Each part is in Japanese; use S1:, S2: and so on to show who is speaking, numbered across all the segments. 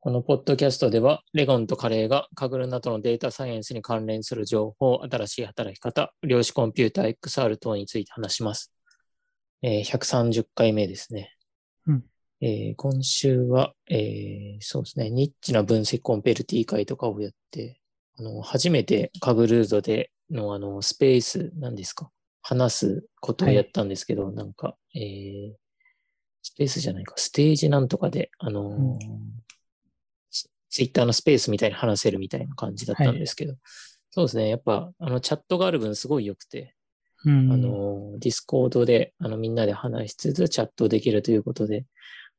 S1: このポッドキャストでは、レゴンとカレーがカグルなどのデータサイエンスに関連する情報、新しい働き方、量子コンピューター XR 等について話します。えー130回目ですね。
S2: うん
S1: えー今週は、えーそうですね、ニッチな分析コンペルティ会とかをやって、あの初めてカグルードでのあのスペース、何ですか、話すことをやったんですけど、なんか、えースペースじゃないか、ステージなんとかで、あのー
S2: うん
S1: ツツイッターのスペースみたいに話せるみたいな感じだったんですけど、そうですね、やっぱあのチャットがある分すごい良くて、
S2: うん
S1: あ、のディスコードであのみんなで話しつつチャットできるということで、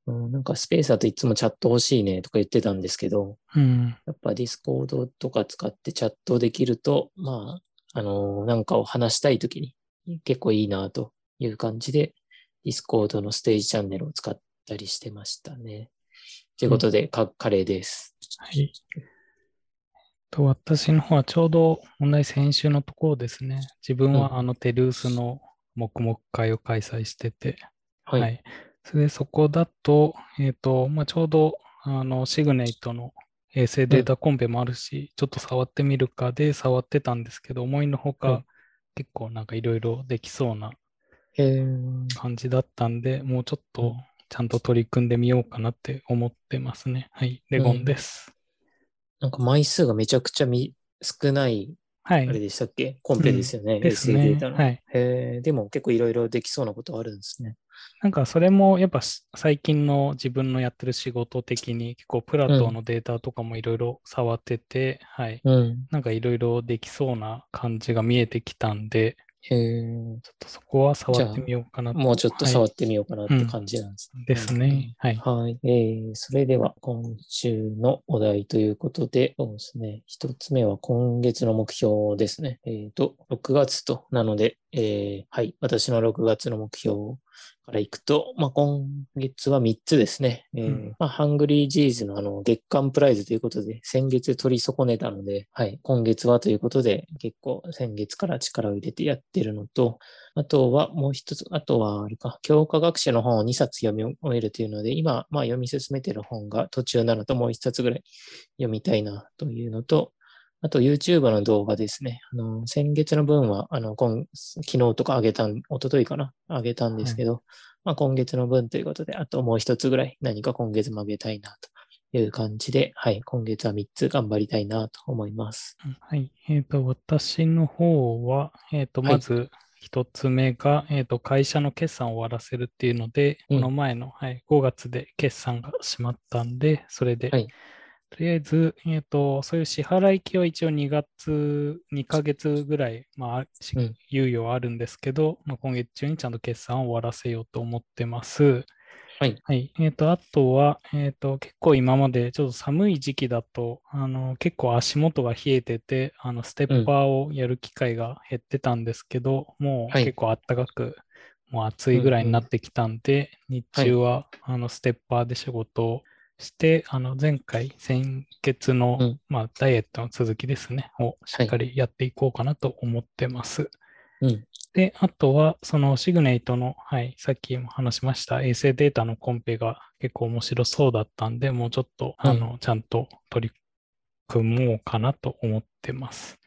S1: うん、なんかスペースだといつもチャット欲しいねとか言ってたんですけど、
S2: うん。
S1: やっぱディスコードとか使ってチャットできると、まあ、あの、なんかを話したいときに結構いいなという感じで、ディスコードのステージチャンネルを使ったりしてましたね。ということで、かカレーです。
S2: はい。と、私の方はちょうど問題先週のところですね。自分
S1: う
S2: はあのテルースの黙々会を開催してて、
S1: はい。
S2: それでそこだと、えっ、と、まあ、ちょうどあのシグネイトの衛星データコンペもあるし、ちょっと触ってみるかで触ってたんですけど、思いのほか、
S1: うん
S2: 結構なんかいろいろできそうな
S1: えー
S2: 感じだったんで、もうちょっ
S1: う
S2: と
S1: ん
S2: ちゃんと取り組んでみようかなって思ってますね。はい、レゴンです。
S1: なんか枚数がめちゃくちゃみ少ない、
S2: は
S1: あれ
S2: い。
S1: でしたっけ、コンペですよね。
S2: で
S1: 衛
S2: す
S1: 星
S2: ね
S1: データ。の。
S2: はい。
S1: えーでも結構いろいろできそうなことあるんですね。
S2: なんかそれもやっぱし最近の自分のやってる仕事的に結構プラトーのデータとかもいろいろ触ってて、はい。
S1: うん。
S2: なんかいろいろできそうな感じが見えてきたんで、
S1: えー
S2: ちょっとそこは触ってみようかなと。
S1: もうちょっと触
S2: は
S1: ってみようかなって感じなんです
S2: いですね。はい。
S1: はい、えーそれでは今週のお題ということで、そうですね。一つ目は今月の目標ですね。えっ、と、6月と、なので、えーはい、私の6月の目標からいくと、まあ、今月は3つですね。えー
S2: うん
S1: まあ、ハングリージーズのあの月間プライズということで、先月取り損ねたので、はい、今月はということで、結構先月から力を入れてやってるのと、あとはもう一つ、あとはあれか、教科学習の本を2冊読み終えるというので、今、まあ、読み進めてる本が途中なのともう1冊ぐらい読みたいなというのと、あと YouTube の動画ですね。あの先月の分はあの今、昨日とか上げたん、一昨日かな上げたんですけど、まあ、今月の分ということで、あともう1つぐらい何か今月も上げたいなという感じで、はい、今月は3つ頑張りたいなと思います。
S2: うんはい。えっ、と、私の方は、えっ、と、
S1: はい
S2: まず一つ目が、えっ、と、会社の決算を終わらせるっていうので、
S1: うん
S2: この前の、はい、5月で決算が閉まったんで、それで、
S1: はい
S2: とりあえず、えっ、と、そういう支払い期は一応2月、2ヶ月ぐらい、まあ、し
S1: うん
S2: 猶予はあるんですけど、まあ、今月中にちゃんと決算を終わらせようと思ってます。
S1: はい。
S2: えっ、と、あとは、えっ、と、結構今までちょっと寒い時期だと、あの、結構足元が冷えてて、あの、ステッパーをやる機会が減ってたんですけど、もう
S1: はい
S2: 結構あったかく、もう暑いぐらいになってきたんで、
S1: は
S2: 日
S1: い
S2: 中は、あの、ステッパーで仕事をして、あの、前回、先月の、
S1: うん
S2: まあ、ダイエットの続きですね、をしっかりやっていこうかなと思ってます。
S1: うん
S2: で、あとは、そのシグネイトの、はい、さっきも話しました、衛星データのコンペが結構面白そうだったんで、もうちょっと、
S1: はい
S2: あの、ちゃんと取り組もうかなと思ってます。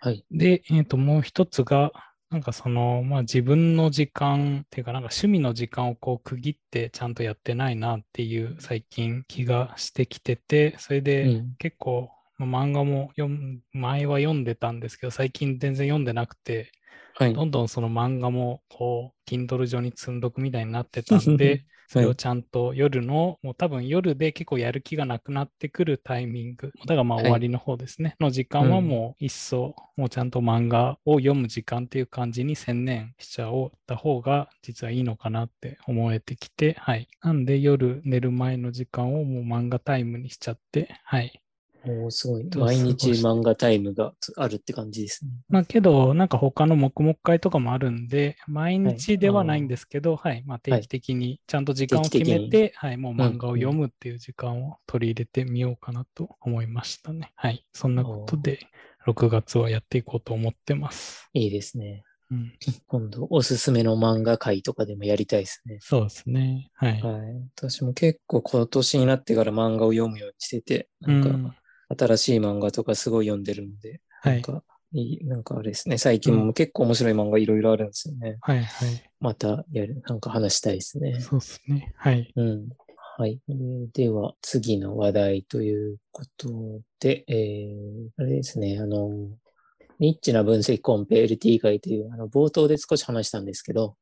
S1: はい。
S2: で、えっ、と、もう一つが、なんかその、まあ自分の時間っていうか、なんか趣味の時間をこう区切ってちゃんとやってないなっていう最近気がしてきてて、それで、
S1: うん
S2: 結構、まあ漫画も読む前は読んでたんですけど、最近全然読んでなくて、
S1: はい。
S2: どんどんその漫画もこう、Kindle 上に積んどくみたいになってたん
S1: はい
S2: で、それをちゃんと夜の、もう多分夜で結構やる気がなくなってくるタイミング、だからまあ
S1: はい
S2: 終わりの方ですね、の時間はもう一層、もうちゃんと漫画を読む時間っていう感じに専念しちゃおった方が実はいいのかなって思えてきて、はい。なんで夜寝る前の時間をもう漫画タイムにしちゃって、はい。
S1: おーすごい。
S2: と
S1: 毎日
S2: 過ごして
S1: 漫画タイムがあるって感じですね。
S2: まあけど、なんか他の黙々会とかもあるんで、毎日ではないんですけど、はい、まあ定期的にちゃんと時間を
S1: 定期
S2: 決
S1: 的に
S2: めて、はい、もう漫画を
S1: うんうん
S2: 読むっていう時間を取り入れてみようかなと思いましたね。はい、そんなことで、6月はやっていこうと思ってます。
S1: いいですね。
S2: うん、
S1: 今度、おすすめの漫画会とかでもやりたいですね。
S2: そうですね。はい。
S1: はい。私も結構今年になってから漫画を読むようにしてて、なん
S2: う
S1: か
S2: ん、
S1: 新しい漫画とかすごい読んでるので、
S2: は
S1: なん
S2: い。
S1: か、いいなんかあれですね、最近も結構面白い漫画いろいろあるんですよね。
S2: はいはい。
S1: またやる、なんか話したいですね。
S2: そうですね。はい。
S1: うん。はい。えーでは、次の話題ということで、えー、あれですね、あの、ニッチな分析コンペ LT 会という、あの、冒頭で少し話したんですけど、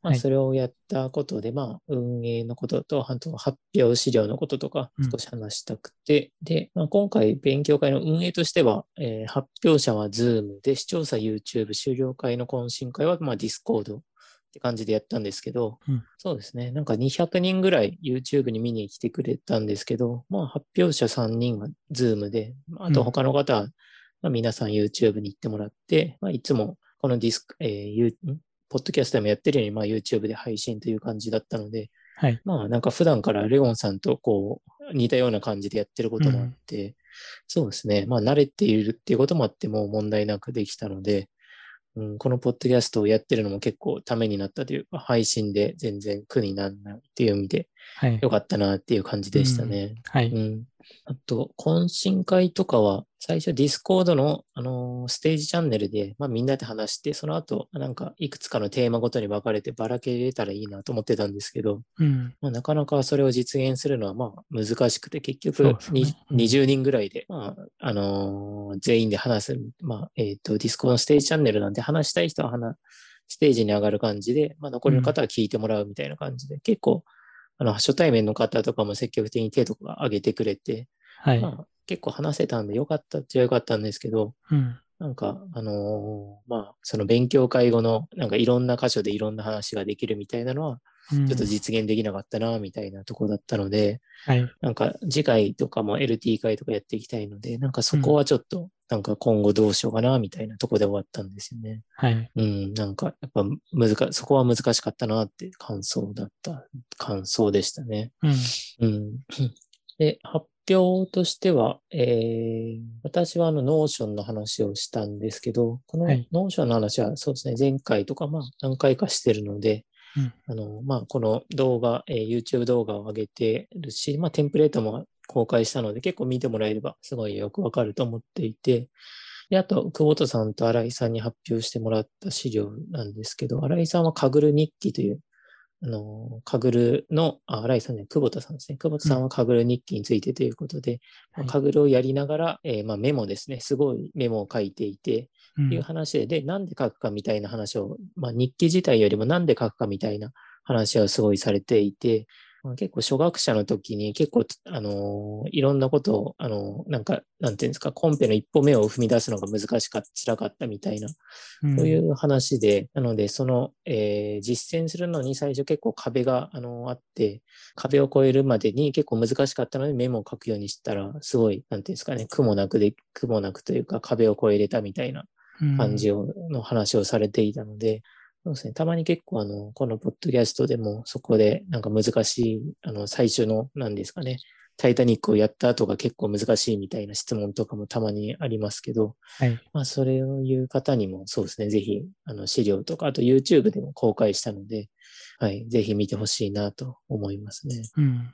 S1: まあ、
S2: はい
S1: それをやったことで、まあ、運営のことと、あと発表資料のこととか
S2: うん、
S1: 少し話したくて、で、まあ、今回、勉強会の運営としては、えー発表者は Zoom で、視聴者 YouTube、終了会の懇親会は、まあ、Discord って感じでやったんですけど、そうですね。なんか200人ぐらい YouTube に見に来てくれたんですけど、まあ発表者3人が Zoom で、あ
S2: う
S1: と
S2: ん
S1: 他の方は、まあ、皆さん YouTube に行ってもらって、まあいつもこのディスク、えーユーんポッドキャストでもやってるように、まあ YouTube で配信という感じだったので、
S2: はい。
S1: まあなんか普段からレオンさんとこう似たような感じでやってることもあって、そうですね。まあ慣れているっていうこともあってもう問題なくできたので、うん、このポッドキャストをやってるのも結構ためになったというか、配信で全然苦にならないっていう意味で
S2: はい
S1: 良。かったなっていう感じでしたね。
S2: は
S1: う
S2: い。
S1: ん。あと、懇親会とかは、最初ディスコードの、あのーステージチャンネルで、まあ、みんなで話して、その後、なんか、いくつかのテーマごとに分かれてばらけれたらいいなと思ってたんですけど、
S2: うん。
S1: まあ、なかなかそれを実現するのはまあ難しくて、結
S2: そう
S1: 局
S2: ですね
S1: に、
S2: うん
S1: 20人ぐらいで、まああのー全員で話す、まあえっとディスコのステージチャンネルなんて話したい人は話ステージに上がる感じで、まあ、残りの方は聞いてもらうみたいな感じで、結構あの初対面の方とかも積極的に手とか上げてくれて、
S2: はい。
S1: まあ、結構話せたんでよかったっちゃよかったんですけど、
S2: うん。
S1: なんか、あのーまあ、その勉強会後の、なんかいろんな箇所でいろんな話ができるみたいなのは、
S2: うん
S1: ちょっと実現できなかったな、みたいなとこだったので、
S2: はい。
S1: なんか次回とかも LT 会とかやっていきたいので、なんかそこはちょっと、なんか今後どうしようかな、みたいなとこで終わったんですよね。
S2: はい。
S1: うん、なんかやっぱ難、そこは難しかったなって感想だった、感想でしたね。う
S2: うん。
S1: ん。 で、発表としては、えー私はあの、ノーションの話をしたんですけど、この
S2: はい
S1: ノーションの話は、そうですね、前回とか、まあ、何回かしてるので、
S2: うん
S1: あの、まあ、この動画、えー YouTube 動画を上げてるし、まあ、テンプレートも公開したので、結構見てもらえれば、すごいよくわかると思っていて、で、あと、久保田さんと新井さんに発表してもらった資料なんですけど、新井さんはかぐる日記という、あの、かぐるの、あ、新井さんね、久保田さんですね。久保田さんはかぐる日記についてということで、
S2: はい
S1: かぐるをやりながら、えーまあ、メモですね、すごいメモを書いていて、
S2: うん
S1: いう話で、で、なんで書くかみたいな話を、まあ、日記自体よりもなんで書くかみたいな話をすごいされていて、まあ、結構初学者の時に結構、あのーいろんなことを、あのーなんか、なんていうんですか、コンペの一歩目を踏み出すのが難しかった、辛かったみたいな
S2: うん
S1: という話で、なので、その、えー実践するのに最初結構壁が、あの、あって、壁を越えるまでに結構難しかったのでメモを書くようにしたら、すごい、なんていうんですかね、苦もなくで、苦もなくというか壁を越えれたみたいな感じを、の話をされていたので、そうですね、たまに結構あの、このポッドキャストでもそこでなんか難しい、あの、最初の、なんですかね、タイタニックをやった後が結構難しいみたいな質問とかもたまにありますけど、
S2: はい。
S1: まあ、それを言う方にも、そうですね、ぜひ、あの、資料とか、あと YouTube でも公開したので、はい、ぜひ見てほしいなと思いますね。
S2: うん。
S1: うん、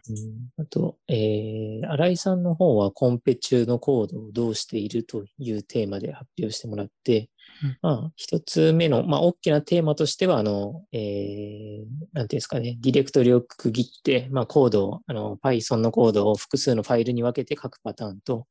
S1: あと、えー、新井さんの方は、コンペ中のコードをどうしているというテーマで発表してもらって、
S2: うん
S1: まあ、一つ目の、まあ、大きなテーマとしては、あの、えー、なんていうんですかね、ディレクトリを区切って、まあ、コードを、あの、Python のコードを複数のファイルに分けて書くパターンと、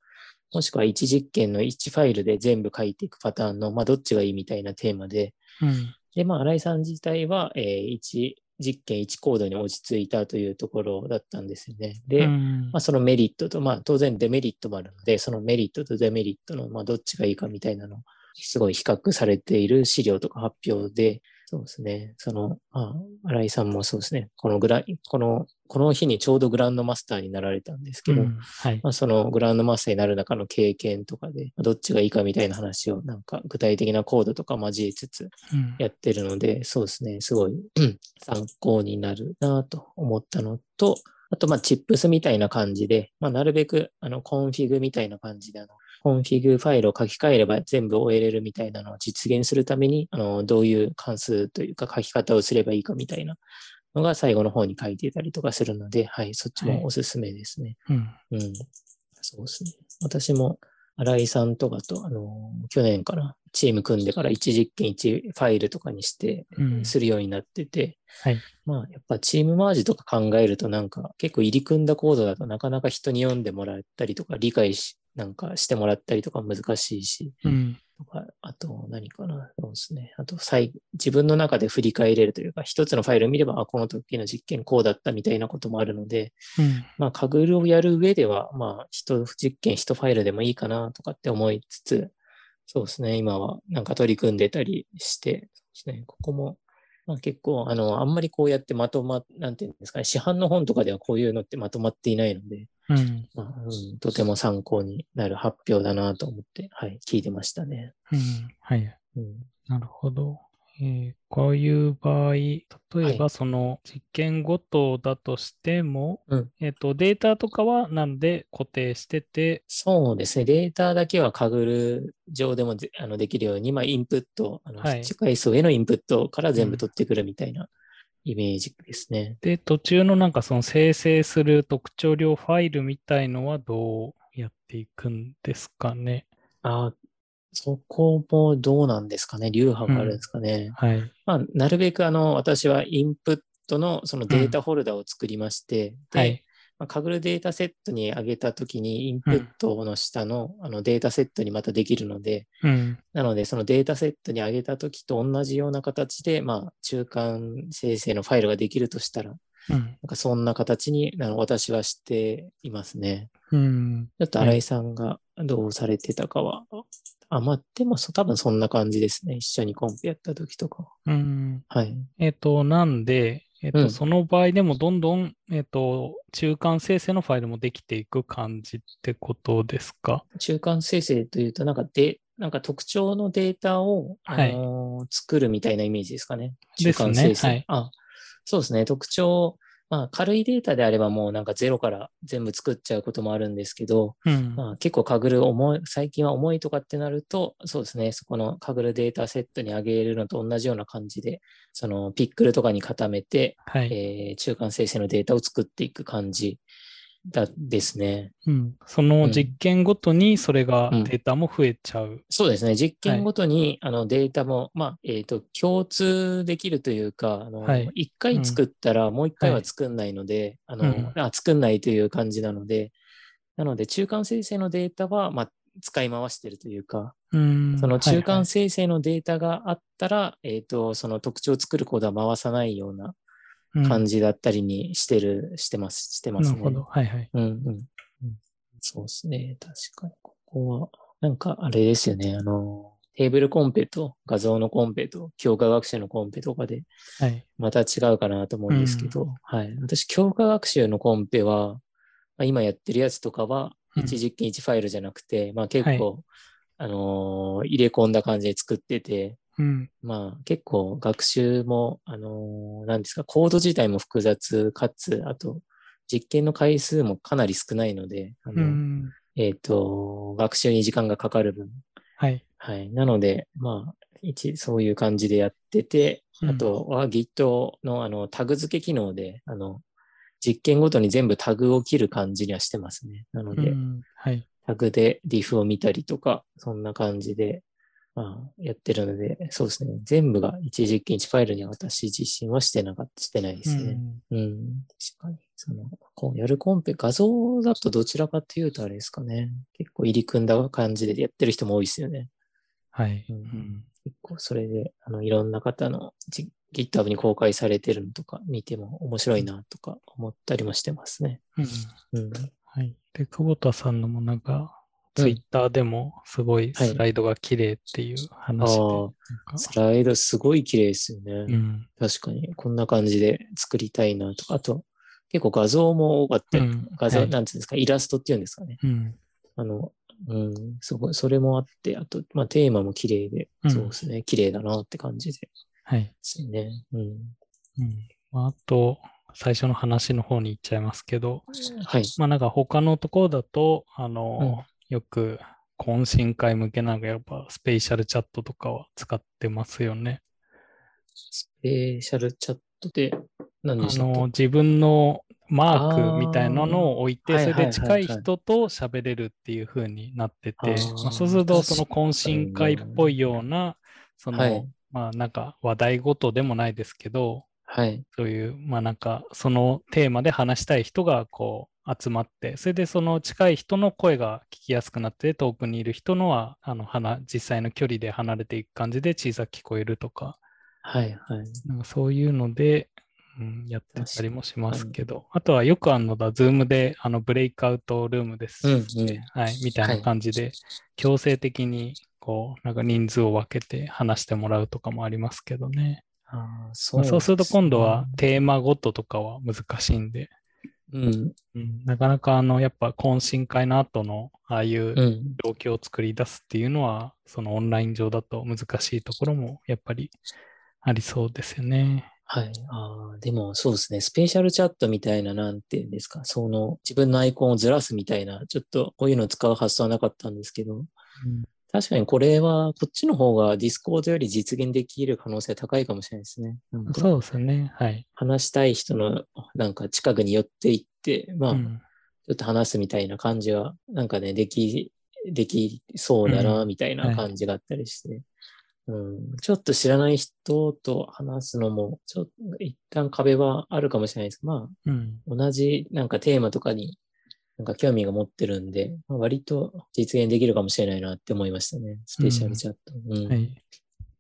S1: もしくは一実験の一ファイルで全部書いていくパターンの、まあ、どっちがいいみたいなテーマで、
S2: うん。
S1: で、まあ、新井さん自体は、えー、1実験1コードに落ち着いたというところだったんですよね。で、
S2: うん
S1: まあ、そのメリットと、まあ、当然デメリットもあるので、そのメリットとデメリットの、まあ、どっちがいいかみたいなのを、すごい比較されている資料とか発表で、そうですね。その、まあ、新井さんもそうですね。このグラ、この、この日にちょうどグランドマスターになられたんですけど、
S2: うんはい。
S1: まあ、そのグランドマスターになる中の経験とかで、どっちがいいかみたいな話を、なんか具体的なコードとか交えつつ
S2: うん
S1: やってるので、そうですね、すごいうん参考になるなぁと思ったのと、あと、まあ、チップスみたいな感じで、まあ、なるべく、あの、コンフィグみたいな感じで、あの、コンフィグファイルを書き換えれば全部終えれるみたいなのを実現するために、あの、どういう関数というか書き方をすればいいかみたいなのが最後の方に書いていたりとかするので、はい、そっちもおすすめですね。
S2: うん。
S1: うん。そうですね。私も、新井さんとかと、あの、去年からチーム組んでから一実験一ファイルとかにして、
S2: うん。
S1: するようになってて、
S2: はい
S1: まあやっぱチームマージとか考えるとなんか結構入り組んだコードだとなかなか人に読んでもらったりとか理解しなんかしてもらったりとか難しいし、
S2: うん。
S1: とかあと何かな、そうですね。あと最自分の中で振り返れるというか、一つのファイルを見れば、あ、この時の実験こうだったみたいなこともあるので、
S2: うん。
S1: まあカグルをやる上では、まあ一実験一ファイルでもいいかなとかって思いつつ、そうですね、今はなんか取り組んでたりして、そうですね、ここも、まあ、結構、あの、あんまりこうやってまとま、なんていうんですかね、市販の本とかではこういうのってまとまっていないので、
S2: うん。
S1: まあうん、とても参考になる発表だなと思って、はい、聞いてましたね。
S2: うん。はい。
S1: うん、
S2: なるほど。えーこういう場合、例
S1: は
S2: えば
S1: い
S2: その実験ごとだとしても、
S1: うん
S2: えっとデータとかはなんで固定してて、
S1: そうですね。データだけはカグル上でもぜあのできるように、まあ、インプット、あの
S2: はい
S1: 視聴回数へのインプットから全
S2: うん
S1: 部取ってくるみたいなイメージですね。
S2: で、途中のなんかその生成する特徴量ファイルみたいのはどうやっていくんですかね。
S1: あそこもどうなんですかね。流派があるんですかね。
S2: はい。
S1: まあ、なるべくあの私はインプットのそのデータフォルダを作りまして、で
S2: はい。
S1: まあ、カグルデータセットに上げたときにインプットの下の,、あのデータセットにまたできるので、
S2: うん。
S1: なので、そのデータセットに上げたときと同じような形で、まあ、中間生成のファイルができるとしたら、なん
S2: うん。
S1: かそんな形にあの私はしていますね。
S2: うん。
S1: ちょっと新井さんがどうされてたかは。あ、まあ、でもそ多分そんな感じですね。一緒にコンペやったときとかは。
S2: うん
S1: はい。
S2: えっと、なんで、えっ
S1: う
S2: と、
S1: ん
S2: その場合でもどんどん、えっと、中間生成のファイルもできていく感じってことですか。
S1: 中間生成というと、なんかで、なんか特徴のデータを、あ
S2: はい
S1: のー作るみたいなイメージですかね。
S2: で
S1: 中
S2: すね
S1: 間生成。
S2: はい
S1: あそうですね。特徴、まあ、軽いデータであればもうなんかゼロから全部作っちゃうこともあるんですけど、
S2: うん。
S1: まあ、結構かぐる重い、最近は重いとかってなると、そうですね。そこのかぐるデータセットに上げるのと同じような感じで、そのピックルとかに固めて、
S2: はい。
S1: えー中間生成のデータを作っていく感じだですね。
S2: うん。そうの
S1: ん
S2: 実験ごとにそれが
S1: うん
S2: データも増えちゃう。
S1: そうですね。実
S2: はい
S1: 験ごとに、あのデータも、まあ、えっ、と、共通できるというか、あの、
S2: はい
S1: 一回作ったらもう一回
S2: は
S1: はい作んないので、あ
S2: う
S1: の、
S2: ん
S1: あ、作んないという感じなので、なので、中間生成のデータは、まあ、使い回してるというか、
S2: うん。
S1: その中
S2: はいは
S1: 間
S2: い
S1: 生成のデータがあったら、えっ、と、その特徴を作るコードは回さないような
S2: うん
S1: 感じだったりにしてる、してます、してます
S2: な
S1: ね。
S2: るほど。はいはい。
S1: うんうんうん。そうですね。確かに。ここは、なんかあれですよね。あの、テーブルコンペと画像のコンペと強化学習のコンペとかで
S2: はい。
S1: また違うかなと思うんですけど、はい。私、強化学習のコンペは、まあ、今やってるやつとかは、
S2: うん
S1: 一実験一ファイルじゃなくて、まあ結
S2: はい
S1: 構、あのー入れ込んだ感じで作ってて、
S2: うん。
S1: まあ結構学習も、あのー何ですか、コード自体も複雑かつ、あと実験の回数もかなり少ないので、あ
S2: う
S1: の
S2: ん。
S1: えっ、と、学習に時間がかかる分。
S2: はい。
S1: はい。なので、まあ、一、そういう感じでやってて、
S2: うん
S1: あとは Git のあのタグ付け機能で、あの、実験ごとに全部タグを切る感じにはしてますね。なの
S2: う
S1: で、
S2: ん。はい。
S1: タグでリフを見たりとか、そんな感じで、まあ、やってるので、そうですね。全部が一実験1ファイルには私自身はしてなかった、してないで
S2: う
S1: すね。
S2: ん
S1: うん。確かに。その、こうやるコンペ、画像だとどちらかというとあれですかね。結構入り組んだ感じでやってる人も多いですよね。
S2: はい。う
S1: うん
S2: ん。
S1: 結構それで、あの、いろんな方のじ GitHub に公開されてるのとか見ても面白いなとか思ったりもしてますね。
S2: うん
S1: うん。
S2: はい。で、久保田さんのもなんか、
S1: うん
S2: ツイッターでもすごい
S1: はい
S2: スライドが綺麗っていう話で、
S1: ああ、
S2: なんか
S1: スライドすごい綺麗ですよね。
S2: うん。
S1: 確かに、こんな感じで作りたいなとか、あと、結構画像も多かったり、
S2: うん
S1: 画像、
S2: はい
S1: なんていうんですか、イラストっていうんですかね。
S2: うん。
S1: あの、うん、すごい、それもあって、あと、まあ、テーマも綺麗で、
S2: うん
S1: そうですね、綺麗だなって感じで
S2: はい。
S1: すよね。うん。
S2: うんまあ、あと、最初の話の方に行っちゃいますけど、
S1: はい。
S2: まあなんか他のところだと、あの、よく懇親会向けなんかやっぱスペシャルチャットとかは使ってますよね。
S1: スペシャルチャットで何
S2: あ
S1: でしたっけ
S2: の自分のマークみたいなのを置い
S1: あ
S2: て、
S1: ー
S2: それで
S1: は
S2: 近
S1: いはい
S2: い
S1: はいはい
S2: 人と喋れるっていう風になって
S1: あ
S2: て
S1: ー、
S2: まあそうするとその
S1: 確かに
S2: 懇親会っぽいような、その、
S1: はい
S2: まあなんか話題ごとでもないですけど、
S1: はい。
S2: そういう、まあなんか、そのテーマで話したい人がこう集まって、それでその近い人の声が聞きやすくなって、遠くにいる人のは、あの、離実際の距離で離れていく感じで小さく聞こえるとか、
S1: はい。はい。
S2: なんかそういうので、うん、やってたりもしますけど、あとはよくあるのだ、ズームで、あの、ブレイクアウトルームです、
S1: うんうん
S2: はい、みたいな感じで、強制的に、こう、なんか人数を分けて話してもらうとかもありますけどね。
S1: ああ、そ
S2: まあ
S1: う。
S2: そうすると今度は、テーマごととかは難しいんで、
S1: うん。
S2: うんなかなかあのやっぱ懇親会の後のああいう
S1: う
S2: 状
S1: ん。
S2: 況を作り出すっていうのは、そのオンライン上だと難しいところもやっぱりありそうですよね。
S1: はい。ああ、でもそうですね。スペシャルチャットみたいな、なんていうんですか。その、自分のアイコンをずらすみたいな、ちょっとこういうのを使う発想はなかったんですけど、確かにこれは、こっちの方がディスコードより実現できる可能性高いかもしれないですね。なんか
S2: そうですね。はい。
S1: 話したい人の、なんか近くに寄っていって、まあ、
S2: う
S1: ち
S2: ん
S1: ょっと話すみたいな感じは、なんかね、でき、できそうだな、
S2: う
S1: みたい
S2: は
S1: ない感じがあったりして。うん、ちょっと知らない人と話すのも、ちょっと一旦壁はあるかもしれないですけど、まあ、
S2: うん
S1: 同じなんかテーマとかに、なんか興味が持ってるんで、まあ割と実現できるかもしれないなって思いましたね。スペシャルチャット。うん
S2: はい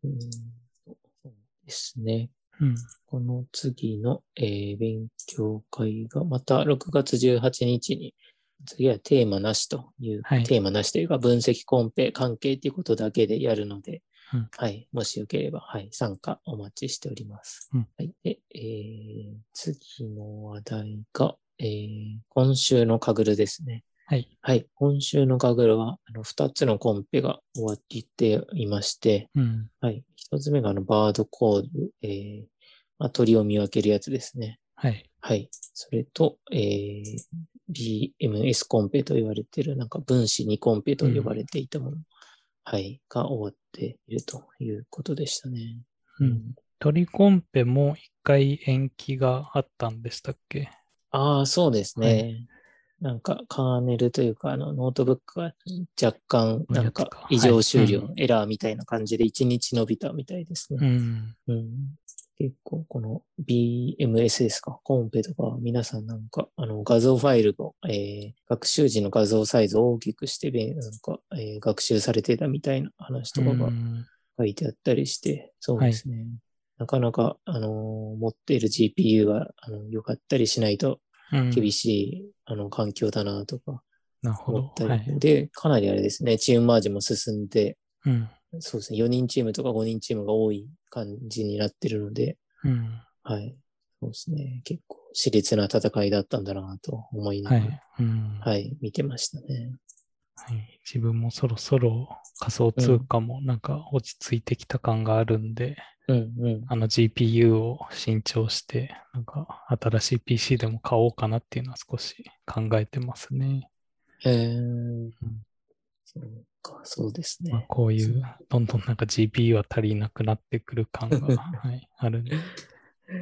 S1: うんそうですね。
S2: うん
S1: この次の、えー勉強会がまた6月18日に、次はテーマなしという、
S2: はい
S1: テーマなしというか分析コンペ関係ということだけでやるので、
S2: うん
S1: はい、もしよければ、はい、参加お待ちしております。
S2: うん
S1: はい、で、えー次の話題が、えー今週のカグルですね。
S2: はい。
S1: はい、今週のカグルは、あの、2つのコンペが終わっていまして、
S2: うん
S1: はい。一つ目があのバードコード、えーまあ、鳥を見分けるやつですね。
S2: はい。
S1: はい。それと、えー BMS コンペと言われてる、なんか分子2コンペと呼ばれていたもの、はい、が終わっているということでしたね。
S2: うんトリコンペも一回延期があったんでしたっけ
S1: ああ、そうですね。
S2: は
S1: なんか、カーネルというか、あの、ノートブックが若干、なん
S2: やつ
S1: か
S2: か、
S1: 異常終了、
S2: はい
S1: エラーみたいな感じで1日伸びたみたいですね。
S2: うん。
S1: うん結構この BMSS か、コンペとか、皆さんなんか、あの、画像ファイルを、えー学習時の画像サイズを大きくして、べんなんか、えー学習されてたみたいな話とか
S2: う
S1: が
S2: ん
S1: 書いてあったりして、そうですね。なかなか、あのー持っている GPU が、あの、良かったりしないと
S2: うん
S1: 厳しい、あの、環境だなとか
S2: なるほ
S1: 思っ
S2: ど。
S1: たり、
S2: はい。
S1: で、かなりあれですね、チームマージも進んで、
S2: うん。
S1: そうですね、4人チームとか5人チームが多い感じになってるので、
S2: うん。
S1: はい。そうですね。結構熾烈な戦いだったんだなと思いな
S2: は
S1: がら、はい
S2: い。うん。
S1: 見てましたね。
S2: はい、自分もそろそろ仮想通貨もなんか落ち着いてきた感があるんで、
S1: うんうん。
S2: あの GPU を新調して、なんか新しい PC でも買おうかなっていうのは少し考えてますね。
S1: えー、そうか、そうです
S2: まあ、
S1: ね。
S2: こうい
S1: そう
S2: う、どんどんなんか GPU は足りなくなってくる 感が、はい、あるんで。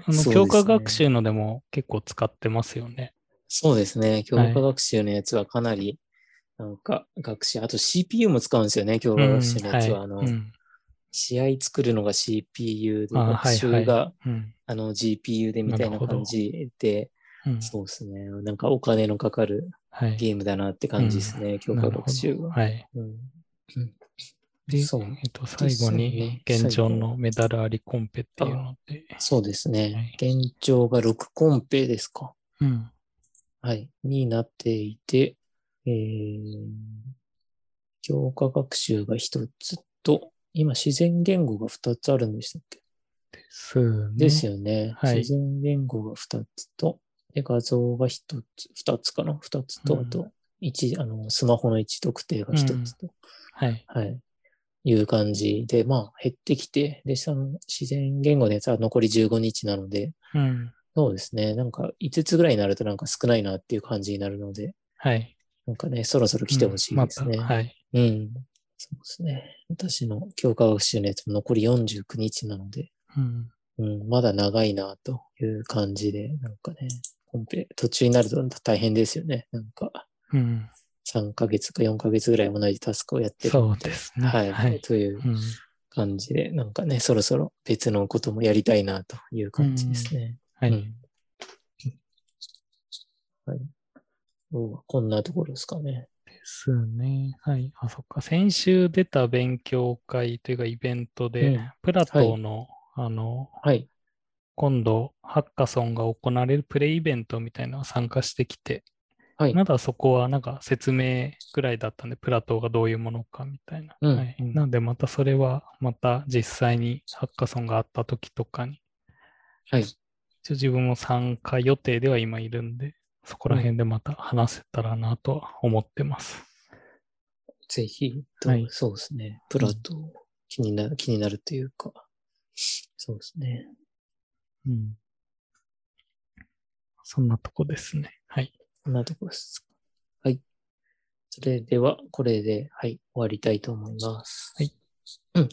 S2: あ
S1: そうです
S2: の
S1: ね
S2: 強化学習のでも結構使ってますよね。
S1: そうですね。強
S2: は
S1: 化
S2: い
S1: 学習のやつはかなり、なんか学習、あと CPU も使うんですよね。強化学習のやつは、
S2: うん
S1: あ
S2: はい
S1: の、
S2: うん
S1: 試合作るのが CPU で、
S2: あー
S1: 学習が、
S2: はいうん
S1: あの GPU でみたいな感じで、
S2: うん
S1: そうですね。なんかお金のかかる
S2: はい
S1: ゲームだなって感じですね。強
S2: な
S1: 化
S2: るほ
S1: 学習
S2: ど
S1: は。
S2: はい。
S1: うん
S2: で、え
S1: そう
S2: っと、最後に、
S1: ですよね
S2: 現状のメダルありコンペっていうので、
S1: そうですね。現状が6コンペですか。
S2: うん。
S1: はい。になっていて、えー、強化学習が1つと、今自然言語が2つあるんでしたっけ
S2: ですね。
S1: ですよね。
S2: はい
S1: 自然言語が2つと、で画像が1つ、2つかな ?2 つと、
S2: うん
S1: あと、一あの、スマホの位置特定が1つと、
S2: はい。
S1: はい。いう感じで、まあ、減ってきて、で、その自然言語のやつは残り15日なので、
S2: うん。
S1: そうですね。なんか5つぐらいになるとなんか少ないなっていう感じになるので、
S2: はい。
S1: なんかね、そろそろ来てほしいですね。
S2: うんまたはい。
S1: うん。そうですね。私の教科学習のやつも残り49日なので、
S2: うん。
S1: うん、まだ長いなという感じで、なんかね、本編、途中になると大変ですよね。なんか、
S2: うん。
S1: 3ヶ月か4ヶ月ぐらい同じタスクをやってる。
S2: そうですね。
S1: はい、
S2: はい。
S1: という
S2: うん。
S1: 感じで、なんかね、そろそろ別のこともやりたいなという感じですね。
S2: はい。
S1: うんはい。今日はこんなところですかね。
S2: ですね。はい。あ、そっか。先週出た勉強会というかイベントで、
S1: うん
S2: プラトーの、あの、
S1: はい。
S2: 今度、ハッカソンが行われるプレイイベントみたいなのが参加してきて、
S1: はい
S2: まだそこはなんか説明ぐらいだったんで、プラトーがどういうものかみたいな。
S1: うん
S2: はい、
S1: うん
S2: なんで、またそれはまた実際にハッカソンがあった時とかに、
S1: はい。
S2: 一応自分も参加予定では今いるんで、そこら辺でまた話せたらなとは思ってます。
S1: ぜひと、
S2: はい
S1: そうですね。プラト、気になる、気になるというか、そうですね。
S2: うん。そんなとこですね。はい。
S1: こんなところです。はい。それでは、これで、はい、終わりたいと思います。
S2: はい。
S1: うん。あ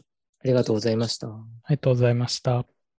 S1: りがとうございました。
S2: ありがとうございました。